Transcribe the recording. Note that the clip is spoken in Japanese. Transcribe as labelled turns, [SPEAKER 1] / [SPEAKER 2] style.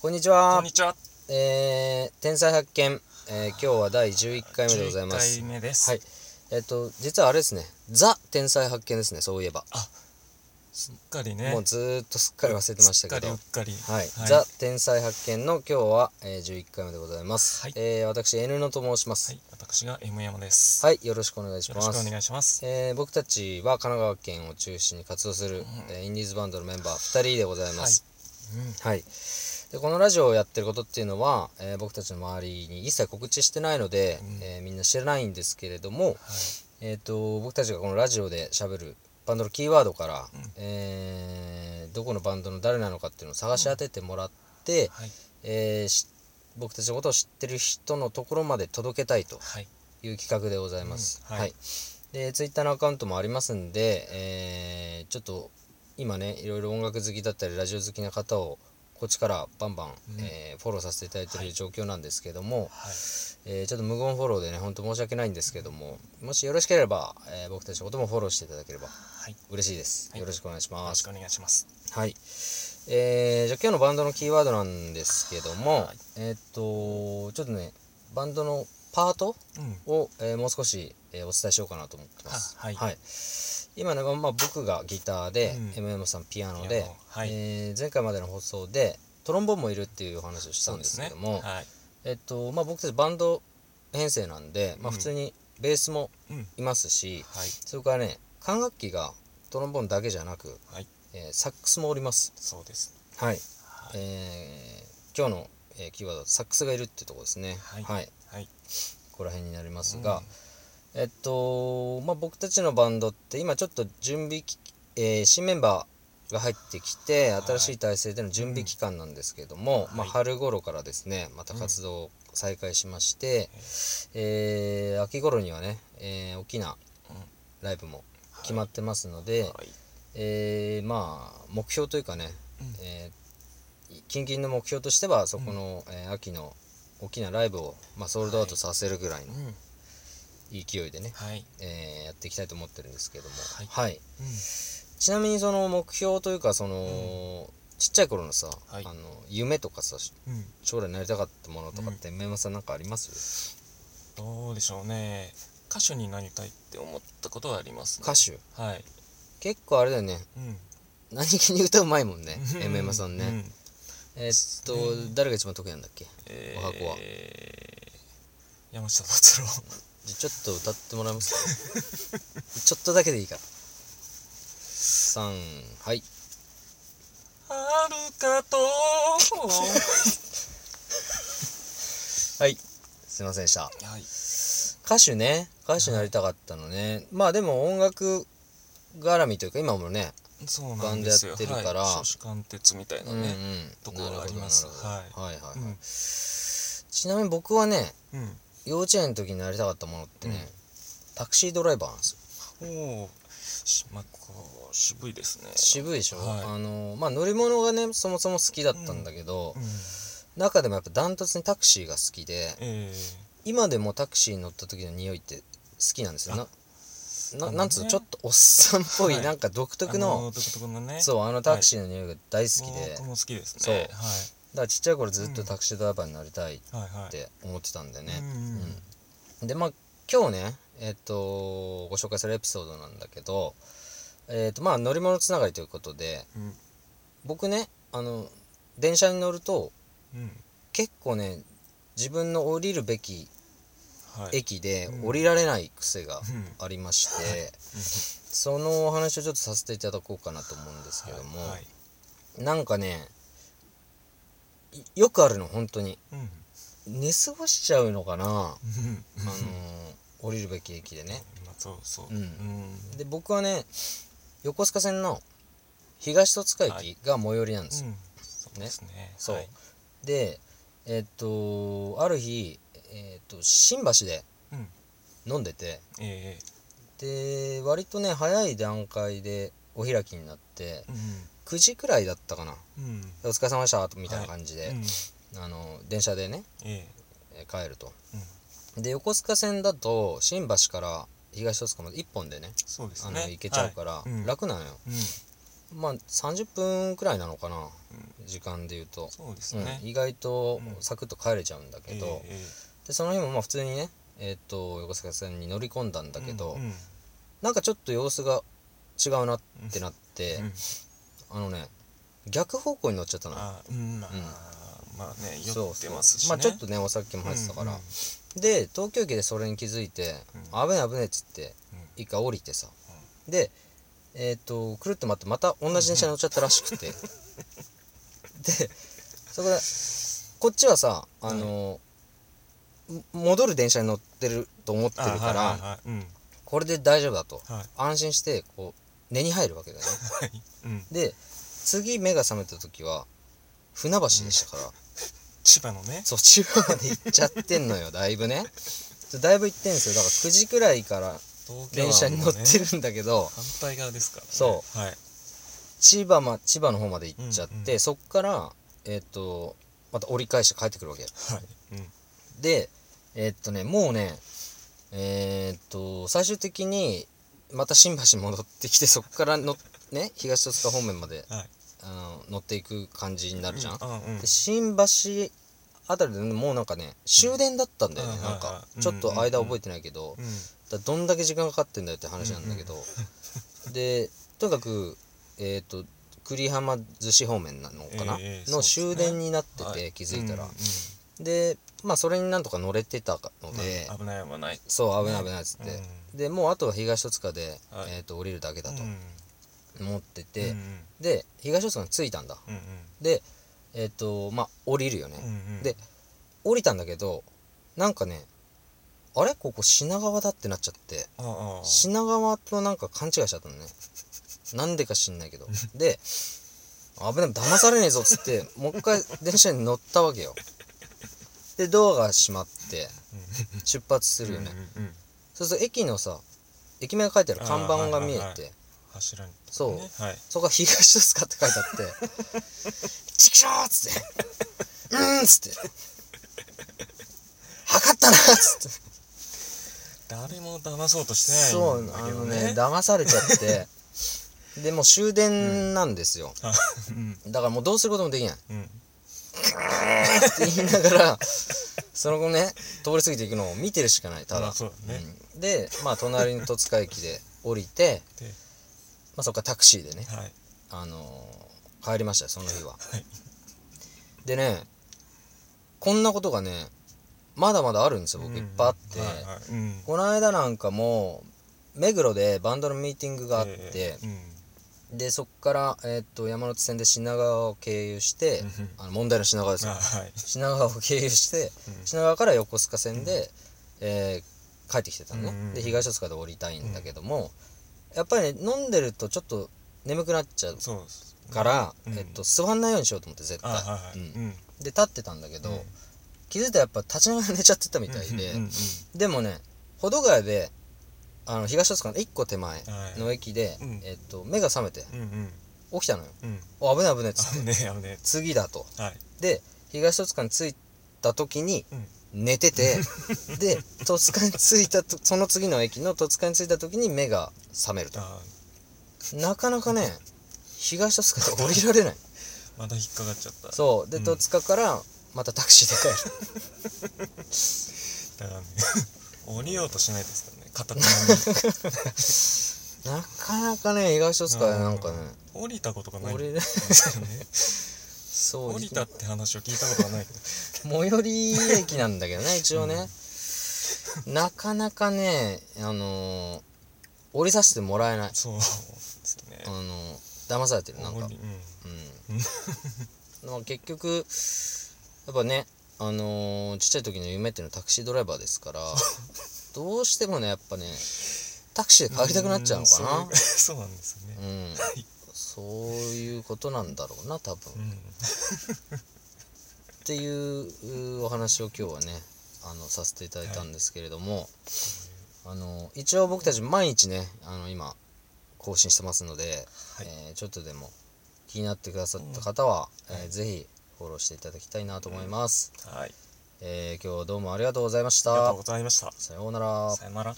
[SPEAKER 1] こんにち
[SPEAKER 2] こ
[SPEAKER 1] は
[SPEAKER 2] んに。ちは。
[SPEAKER 1] えー、天才発見、えー今日は第11回目でございます。
[SPEAKER 2] 11回目です。
[SPEAKER 1] はい。えっ、と、実はあれですね、ザ天才発見ですね、そういえば。
[SPEAKER 2] すっかりね。
[SPEAKER 1] もうずーっとすっかり忘れてましたけど。は
[SPEAKER 2] すっかりうっかり。
[SPEAKER 1] い、ザ天才発見の今日は、えー11回目でございます。
[SPEAKER 2] はい
[SPEAKER 1] えー私、N のと申します
[SPEAKER 2] は。い。私が M 山です。
[SPEAKER 1] はい、よろしくお願いしま
[SPEAKER 2] よろしくお
[SPEAKER 1] す。
[SPEAKER 2] 願いします。
[SPEAKER 1] えー僕たちは神奈川県を中心に活動する、えーインディーズバンドのメンバー2人でございます。
[SPEAKER 2] うん。
[SPEAKER 1] はい、でこのラジオをやってることっていうのは、えー僕たちの周りに一切告知してないので、
[SPEAKER 2] うん
[SPEAKER 1] えーみんな知らないんですけれども、えー、と僕たちがこのラジオで喋るバンドのキーワードから、
[SPEAKER 2] うん
[SPEAKER 1] えーどこのバンドの誰なのかっていうのを探し当ててもらって、
[SPEAKER 2] はい。
[SPEAKER 1] えーし僕たちのことを知ってる人のところまで届けたいと
[SPEAKER 2] はい。
[SPEAKER 1] いう企画でございます。
[SPEAKER 2] うん
[SPEAKER 1] は
[SPEAKER 2] はいい
[SPEAKER 1] でツイッターのアカウントもありますんで、えーちょっと今ねいろいろ音楽好きだったりラジオ好きな方をこっちからバンバン、
[SPEAKER 2] うん
[SPEAKER 1] えーフォローさせていただいている状況なんですけども、
[SPEAKER 2] はい。
[SPEAKER 1] えーちょっと無言フォローでねほんと申し訳ないんですけどももしよろしければ、えー僕たちのこともフォローしていただければ
[SPEAKER 2] はい。よ
[SPEAKER 1] 嬉しいです、
[SPEAKER 2] はい
[SPEAKER 1] よろしくお願いしま
[SPEAKER 2] ろし
[SPEAKER 1] す
[SPEAKER 2] くお願いします。
[SPEAKER 1] はいえー、じゃあ今日のバンドのキーワードなんですけども、
[SPEAKER 2] はい
[SPEAKER 1] えーっとちょっとねバンドのパート
[SPEAKER 2] うん。
[SPEAKER 1] を、えーもう少し、えーお伝えしようかなと思ってます。
[SPEAKER 2] あはい
[SPEAKER 1] 今ね、まあまあ、僕がギターで、
[SPEAKER 2] うん
[SPEAKER 1] MM さんピアノで
[SPEAKER 2] ピアノはい
[SPEAKER 1] えー前回までの放送でトロンボーンもいるっていうお話をした
[SPEAKER 2] そうんで
[SPEAKER 1] です
[SPEAKER 2] す
[SPEAKER 1] け
[SPEAKER 2] ね
[SPEAKER 1] ども、。
[SPEAKER 2] はい。
[SPEAKER 1] えっとまあ、僕たちバンド編成なんで、まあ、
[SPEAKER 2] うん
[SPEAKER 1] 普通にベースも
[SPEAKER 2] うん。
[SPEAKER 1] いますし、
[SPEAKER 2] はい。
[SPEAKER 1] それからね管楽器がトロンボーンだけじゃなく、
[SPEAKER 2] はい。
[SPEAKER 1] えーサックスもおります。
[SPEAKER 2] そうです。
[SPEAKER 1] はい
[SPEAKER 2] は
[SPEAKER 1] え
[SPEAKER 2] い。
[SPEAKER 1] ー今日の、えーキーワードサックスがいるってとこですね。
[SPEAKER 2] はい
[SPEAKER 1] はい、
[SPEAKER 2] はい。
[SPEAKER 1] ここら辺になりますが、えっとまあ、僕たちのバンドって今ちょっと準備期、えー新メンバーが入ってきて
[SPEAKER 2] はい
[SPEAKER 1] 新しい体制での準備期間なんですけども、
[SPEAKER 2] うん
[SPEAKER 1] まあ、
[SPEAKER 2] はい
[SPEAKER 1] 春頃からですねまた活動を再開しまして、えー秋頃にはね、えー大きな
[SPEAKER 2] うん
[SPEAKER 1] ライブも決まってますので、
[SPEAKER 2] はい。
[SPEAKER 1] えーまあ目標というかね、
[SPEAKER 2] うん
[SPEAKER 1] えー近々の目標としてはそこの、えー秋の大きなライブを、まあ、ソールドアウトさせるぐらいの
[SPEAKER 2] うん。
[SPEAKER 1] 勢いでね、
[SPEAKER 2] はい。
[SPEAKER 1] えーやっていきたいと思ってるんですけども、は
[SPEAKER 2] はいいうん。
[SPEAKER 1] ちなみにその目標というかその、ちっちゃい頃のさ、
[SPEAKER 2] はい
[SPEAKER 1] あの夢とかさ
[SPEAKER 2] うん。
[SPEAKER 1] 将来なりたかったものとかって、めまさんなんかあります
[SPEAKER 2] どうでしょうね。歌手になりたいって思ったことはありますね。
[SPEAKER 1] 歌手
[SPEAKER 2] はい。
[SPEAKER 1] 結構あれだよね
[SPEAKER 2] うん。
[SPEAKER 1] 何気に歌うまいもんね m 山さんね、
[SPEAKER 2] うん。
[SPEAKER 1] えーっと、誰が一番得意なんだっけ
[SPEAKER 2] え
[SPEAKER 1] お箱は
[SPEAKER 2] ー山下達郎
[SPEAKER 1] じゃあちょっと歌ってもらえますか ちょっとだけでいいから3はい
[SPEAKER 2] はるかと
[SPEAKER 1] はいすいませんでした
[SPEAKER 2] はい
[SPEAKER 1] 歌手ね歌手になりたかったのね、まあでも音楽絡みというか今もね
[SPEAKER 2] そうなんですよ
[SPEAKER 1] バンドやってるから
[SPEAKER 2] はい、初間鉄みたいな
[SPEAKER 1] うんうん
[SPEAKER 2] ね、ところあります
[SPEAKER 1] なるほどなるほどはいはいはい、
[SPEAKER 2] うん
[SPEAKER 1] ちなみに僕はね
[SPEAKER 2] うん
[SPEAKER 1] 幼稚園の時になりたかったものってね、
[SPEAKER 2] うん
[SPEAKER 1] タクシードライバーなんですよ
[SPEAKER 2] おおしまあこう渋いですね
[SPEAKER 1] 渋いでしょ、
[SPEAKER 2] はい
[SPEAKER 1] あのまあ乗り物がねそもそも好きだったんだけど、
[SPEAKER 2] うん
[SPEAKER 1] 中でもやっぱダントツにタクシーが好きで
[SPEAKER 2] え
[SPEAKER 1] 今でもタクシーに乗った時の匂いって好きなんですよなななんつうの
[SPEAKER 2] あのね
[SPEAKER 1] ちょっとおっさんっぽい、
[SPEAKER 2] はい
[SPEAKER 1] なんか独
[SPEAKER 2] ー、
[SPEAKER 1] 特の
[SPEAKER 2] あ独特のねう
[SPEAKER 1] そうあのタクシーの匂いが大好きで、だか
[SPEAKER 2] 僕も好きですね
[SPEAKER 1] そう
[SPEAKER 2] は
[SPEAKER 1] らちっちゃい頃ずっとタクシードライバーになりたいっ
[SPEAKER 2] いはいはい
[SPEAKER 1] て思ってたんだよね、
[SPEAKER 2] うんうん
[SPEAKER 1] でまあ今日ねえっ、とご紹介するエピソードなんだけどえっ、とまあ乗り物つながりということで
[SPEAKER 2] うん
[SPEAKER 1] 僕ねあの電車に乗ると
[SPEAKER 2] うん
[SPEAKER 1] 結構ね自分の降りるべき
[SPEAKER 2] はい
[SPEAKER 1] 駅で
[SPEAKER 2] うん
[SPEAKER 1] 降りられない癖が
[SPEAKER 2] うん
[SPEAKER 1] ありまして、そのお話をちょっとさせていただこうかなと思うんですけども、
[SPEAKER 2] はいはい
[SPEAKER 1] なんかねいよくあるの本当に
[SPEAKER 2] うんうん
[SPEAKER 1] 寝過ごしちゃうのかな、あ
[SPEAKER 2] ま
[SPEAKER 1] のー降りるべき駅でね
[SPEAKER 2] あそうそう
[SPEAKER 1] うん
[SPEAKER 2] ん
[SPEAKER 1] で僕はね横須賀線の東戸塚
[SPEAKER 2] は
[SPEAKER 1] 駅
[SPEAKER 2] い
[SPEAKER 1] が最寄りなんですよ、
[SPEAKER 2] うんそうですね
[SPEAKER 1] そう
[SPEAKER 2] はい
[SPEAKER 1] でえっとある日、えっと新橋で
[SPEAKER 2] うん
[SPEAKER 1] 飲んでて
[SPEAKER 2] え
[SPEAKER 1] で割とね早い段階でお開きになって
[SPEAKER 2] えうん
[SPEAKER 1] 9時くらいだったかな
[SPEAKER 2] うん
[SPEAKER 1] お疲れ様でしたみたいな感じで、
[SPEAKER 2] うん
[SPEAKER 1] あの電車でね
[SPEAKER 2] ええ
[SPEAKER 1] えー帰ると
[SPEAKER 2] うん
[SPEAKER 1] で横須賀線だと新橋から東戸塚まで1本でね
[SPEAKER 2] そうです
[SPEAKER 1] あの
[SPEAKER 2] ね
[SPEAKER 1] 行けちゃうから
[SPEAKER 2] はいうん
[SPEAKER 1] 楽なのよ、
[SPEAKER 2] うん
[SPEAKER 1] まあ30分くらいなのかな、
[SPEAKER 2] う
[SPEAKER 1] 時間で言うと
[SPEAKER 2] そうですね、
[SPEAKER 1] うん、意外と
[SPEAKER 2] うん
[SPEAKER 1] サクッと帰れちゃうんだけど、
[SPEAKER 2] えええ
[SPEAKER 1] でその日もまあ普通にね、えっと横須賀線に乗り込んだん
[SPEAKER 2] え
[SPEAKER 1] だけど、
[SPEAKER 2] うんうん
[SPEAKER 1] なんかちょっと様子が違うなってなって、
[SPEAKER 2] うん
[SPEAKER 1] あのね逆方向に乗っちゃったのよ
[SPEAKER 2] あうんまあ、まあね酔ってますし、ね、
[SPEAKER 1] まあちょっとねお酒も入ってたから、で東京駅でそれに気づいて「
[SPEAKER 2] うん
[SPEAKER 1] 危ね危ね」っつって一回降りてさ、でえっ、とくるっと待ってまた同じ電車に乗っちゃったらしく て、でそこでこっちはさあの、も戻る電車に乗ってると思ってるから、
[SPEAKER 2] あはいはいはいうん
[SPEAKER 1] これで大丈夫だと
[SPEAKER 2] はい
[SPEAKER 1] 安心してこう寝に入るわけだよね
[SPEAKER 2] はいうん
[SPEAKER 1] で次目が覚めた時は船橋でした から、
[SPEAKER 2] 千葉のね
[SPEAKER 1] そっちまで行っちゃってんのよだいぶねだいぶ行ってんすよだから9時くらいから
[SPEAKER 2] 東京湾のね
[SPEAKER 1] 電車に乗ってるんだけど
[SPEAKER 2] 反対側ですから、ね、
[SPEAKER 1] そう
[SPEAKER 2] はい
[SPEAKER 1] 千葉,、ま、千葉の方まで行っちゃって、
[SPEAKER 2] うんうん
[SPEAKER 1] そっからえっ、とまた折り返して帰ってくるわけよ
[SPEAKER 2] はいうん
[SPEAKER 1] でえっとねもうねえっと最終的にまた新橋に戻ってきてそっからのね東戸塚方面まで
[SPEAKER 2] はい
[SPEAKER 1] あの乗っていく感じになるじゃん、
[SPEAKER 2] うんうんうん
[SPEAKER 1] で新橋あたりでもうなんかね終電だったんだよね、
[SPEAKER 2] うん
[SPEAKER 1] なん
[SPEAKER 2] はい
[SPEAKER 1] か
[SPEAKER 2] はい
[SPEAKER 1] ちょっと間覚えてないけど、
[SPEAKER 2] うん
[SPEAKER 1] だからどんだけ時間かかってんだよって話なんだけど、でとにかくえっ、と栗浜寿司方面なのかな、
[SPEAKER 2] ええ
[SPEAKER 1] の
[SPEAKER 2] そう
[SPEAKER 1] 終
[SPEAKER 2] ですね
[SPEAKER 1] 電になってて、
[SPEAKER 2] はい
[SPEAKER 1] 気づいたら
[SPEAKER 2] うん、
[SPEAKER 1] でまあそれになんとか乗れてたので、
[SPEAKER 2] うん危ない危ない
[SPEAKER 1] そう危ない危ないっつって、
[SPEAKER 2] う
[SPEAKER 1] でもうあとは東戸塚で、
[SPEAKER 2] はい
[SPEAKER 1] えー、と降りるだけだと
[SPEAKER 2] うん
[SPEAKER 1] 思ってて、
[SPEAKER 2] うん
[SPEAKER 1] で東戸塚に着いたんだ
[SPEAKER 2] うん
[SPEAKER 1] でえっ、とまあ降りるよね、
[SPEAKER 2] うんうんうん
[SPEAKER 1] で降りたんだけどなんかねあれここ品川だってなっちゃって
[SPEAKER 2] ああああ
[SPEAKER 1] 品川となんか勘違いしちゃったのねなんでか知んないけどで危ない騙されねえぞっつってもう一回電車に乗ったわけよでドアが閉まって出発するよね、
[SPEAKER 2] うんうんうん
[SPEAKER 1] そうすると駅のさ駅名が書いてある看板が見えて、
[SPEAKER 2] あーはいはいは柱に
[SPEAKER 1] そう
[SPEAKER 2] はい
[SPEAKER 1] そこが東戸塚って書いてあって「ちくしょう!」っつって「うーん!」っ つって「測ったな!」っつって
[SPEAKER 2] 誰も騙そうとして
[SPEAKER 1] そ、
[SPEAKER 2] ないうんだ
[SPEAKER 1] あ
[SPEAKER 2] けど
[SPEAKER 1] の
[SPEAKER 2] ね
[SPEAKER 1] ね、騙されちゃ って、でもう終電なんですよ。
[SPEAKER 2] あうん
[SPEAKER 1] だからもうどうすることもできない。
[SPEAKER 2] うん
[SPEAKER 1] って言いながら、その後ね、通り過ぎていくのを見てるしかない、た
[SPEAKER 2] ま
[SPEAKER 1] だ
[SPEAKER 2] あ。そうだね
[SPEAKER 1] うんで、まあ、隣の戸塚駅で降りて、
[SPEAKER 2] で
[SPEAKER 1] まあ、そこからタクシーでね、
[SPEAKER 2] はい
[SPEAKER 1] あのー帰りましたよ、その日は。
[SPEAKER 2] はい
[SPEAKER 1] でね、こんなことがね、まだまだあるんですよ、僕、いっぱいあって。
[SPEAKER 2] うんはいはいうん
[SPEAKER 1] この間なんかも、目黒でバンドのミーティングがあって、
[SPEAKER 2] ええうん
[SPEAKER 1] でそこから、えーっと山手線で品川を経由して、
[SPEAKER 2] うんうん
[SPEAKER 1] あの問題の品川です
[SPEAKER 2] あ
[SPEAKER 1] よ
[SPEAKER 2] はい
[SPEAKER 1] 品川を経由して、
[SPEAKER 2] うん
[SPEAKER 1] 品川から横須賀線で、えー帰ってきてたのね、
[SPEAKER 2] うんうんうん
[SPEAKER 1] で東戸塚で降りたいんだけども、やっぱりね飲んでるとちょっと眠くなっちゃう
[SPEAKER 2] そうです
[SPEAKER 1] から、
[SPEAKER 2] うん
[SPEAKER 1] えーっと座んないようにしようと思って絶
[SPEAKER 2] あ
[SPEAKER 1] 対、
[SPEAKER 2] はいは
[SPEAKER 1] う
[SPEAKER 2] い
[SPEAKER 1] ん
[SPEAKER 2] うん
[SPEAKER 1] で立ってたんだけど、
[SPEAKER 2] うん
[SPEAKER 1] 気づいたらやっぱ立ちながら寝ちゃってたみたいで、
[SPEAKER 2] うんうんうん
[SPEAKER 1] でもね保土ヶ谷であの東戸塚の1個手前の駅で、
[SPEAKER 2] うん
[SPEAKER 1] えーっと目が覚めて
[SPEAKER 2] うんうん
[SPEAKER 1] 起きたのよ
[SPEAKER 2] うん
[SPEAKER 1] お危ない危ないっつって
[SPEAKER 2] あのねあのね
[SPEAKER 1] 次だと
[SPEAKER 2] はい
[SPEAKER 1] で東戸塚に着いた時に
[SPEAKER 2] うん
[SPEAKER 1] 寝て てで戸塚に着いたとその次の駅の戸塚に着いた時に目が覚めると
[SPEAKER 2] あ
[SPEAKER 1] なかなかね東戸塚で降りられない
[SPEAKER 2] また引っかかっちゃった
[SPEAKER 1] そうで
[SPEAKER 2] うん
[SPEAKER 1] 戸塚からまたタクシーで帰る
[SPEAKER 2] だからね 降りようとしないですからね片手 間
[SPEAKER 1] なかなかね東戸塚はなんかね
[SPEAKER 2] に降りたことがない
[SPEAKER 1] 降り
[SPEAKER 2] ん
[SPEAKER 1] れ
[SPEAKER 2] ですよね
[SPEAKER 1] そう
[SPEAKER 2] 降りたって話を聞いたことがない
[SPEAKER 1] 最寄り駅なんだけ どね一応ね、なかなかねあのー降りさせてもらえない
[SPEAKER 2] そうですね
[SPEAKER 1] あのー騙されてるなん
[SPEAKER 2] 降
[SPEAKER 1] か
[SPEAKER 2] りうん
[SPEAKER 1] うんまあ結局やっぱねあのーちっちゃい時の夢っていうのはタクシードライバーですから どうしてもねやっぱねタクシーで帰りたくなっちゃうのか
[SPEAKER 2] う
[SPEAKER 1] なん
[SPEAKER 2] そうそうなんですよね
[SPEAKER 1] うん、そういうことなんだろうな多分、
[SPEAKER 2] う
[SPEAKER 1] っ
[SPEAKER 2] ん
[SPEAKER 1] ていううお話を今日はねあのさせていただいたんですけれども、あの一応僕たち毎日ねあの今更新してますので、
[SPEAKER 2] はい
[SPEAKER 1] えーちょっとでも気になってくださった方は、
[SPEAKER 2] うん
[SPEAKER 1] えーぜひフォローしていただきたいなと思います、
[SPEAKER 2] はい
[SPEAKER 1] えー今日はどうもありがとうございまし
[SPEAKER 2] ありがと
[SPEAKER 1] た
[SPEAKER 2] うございました
[SPEAKER 1] さようなら
[SPEAKER 2] さよなら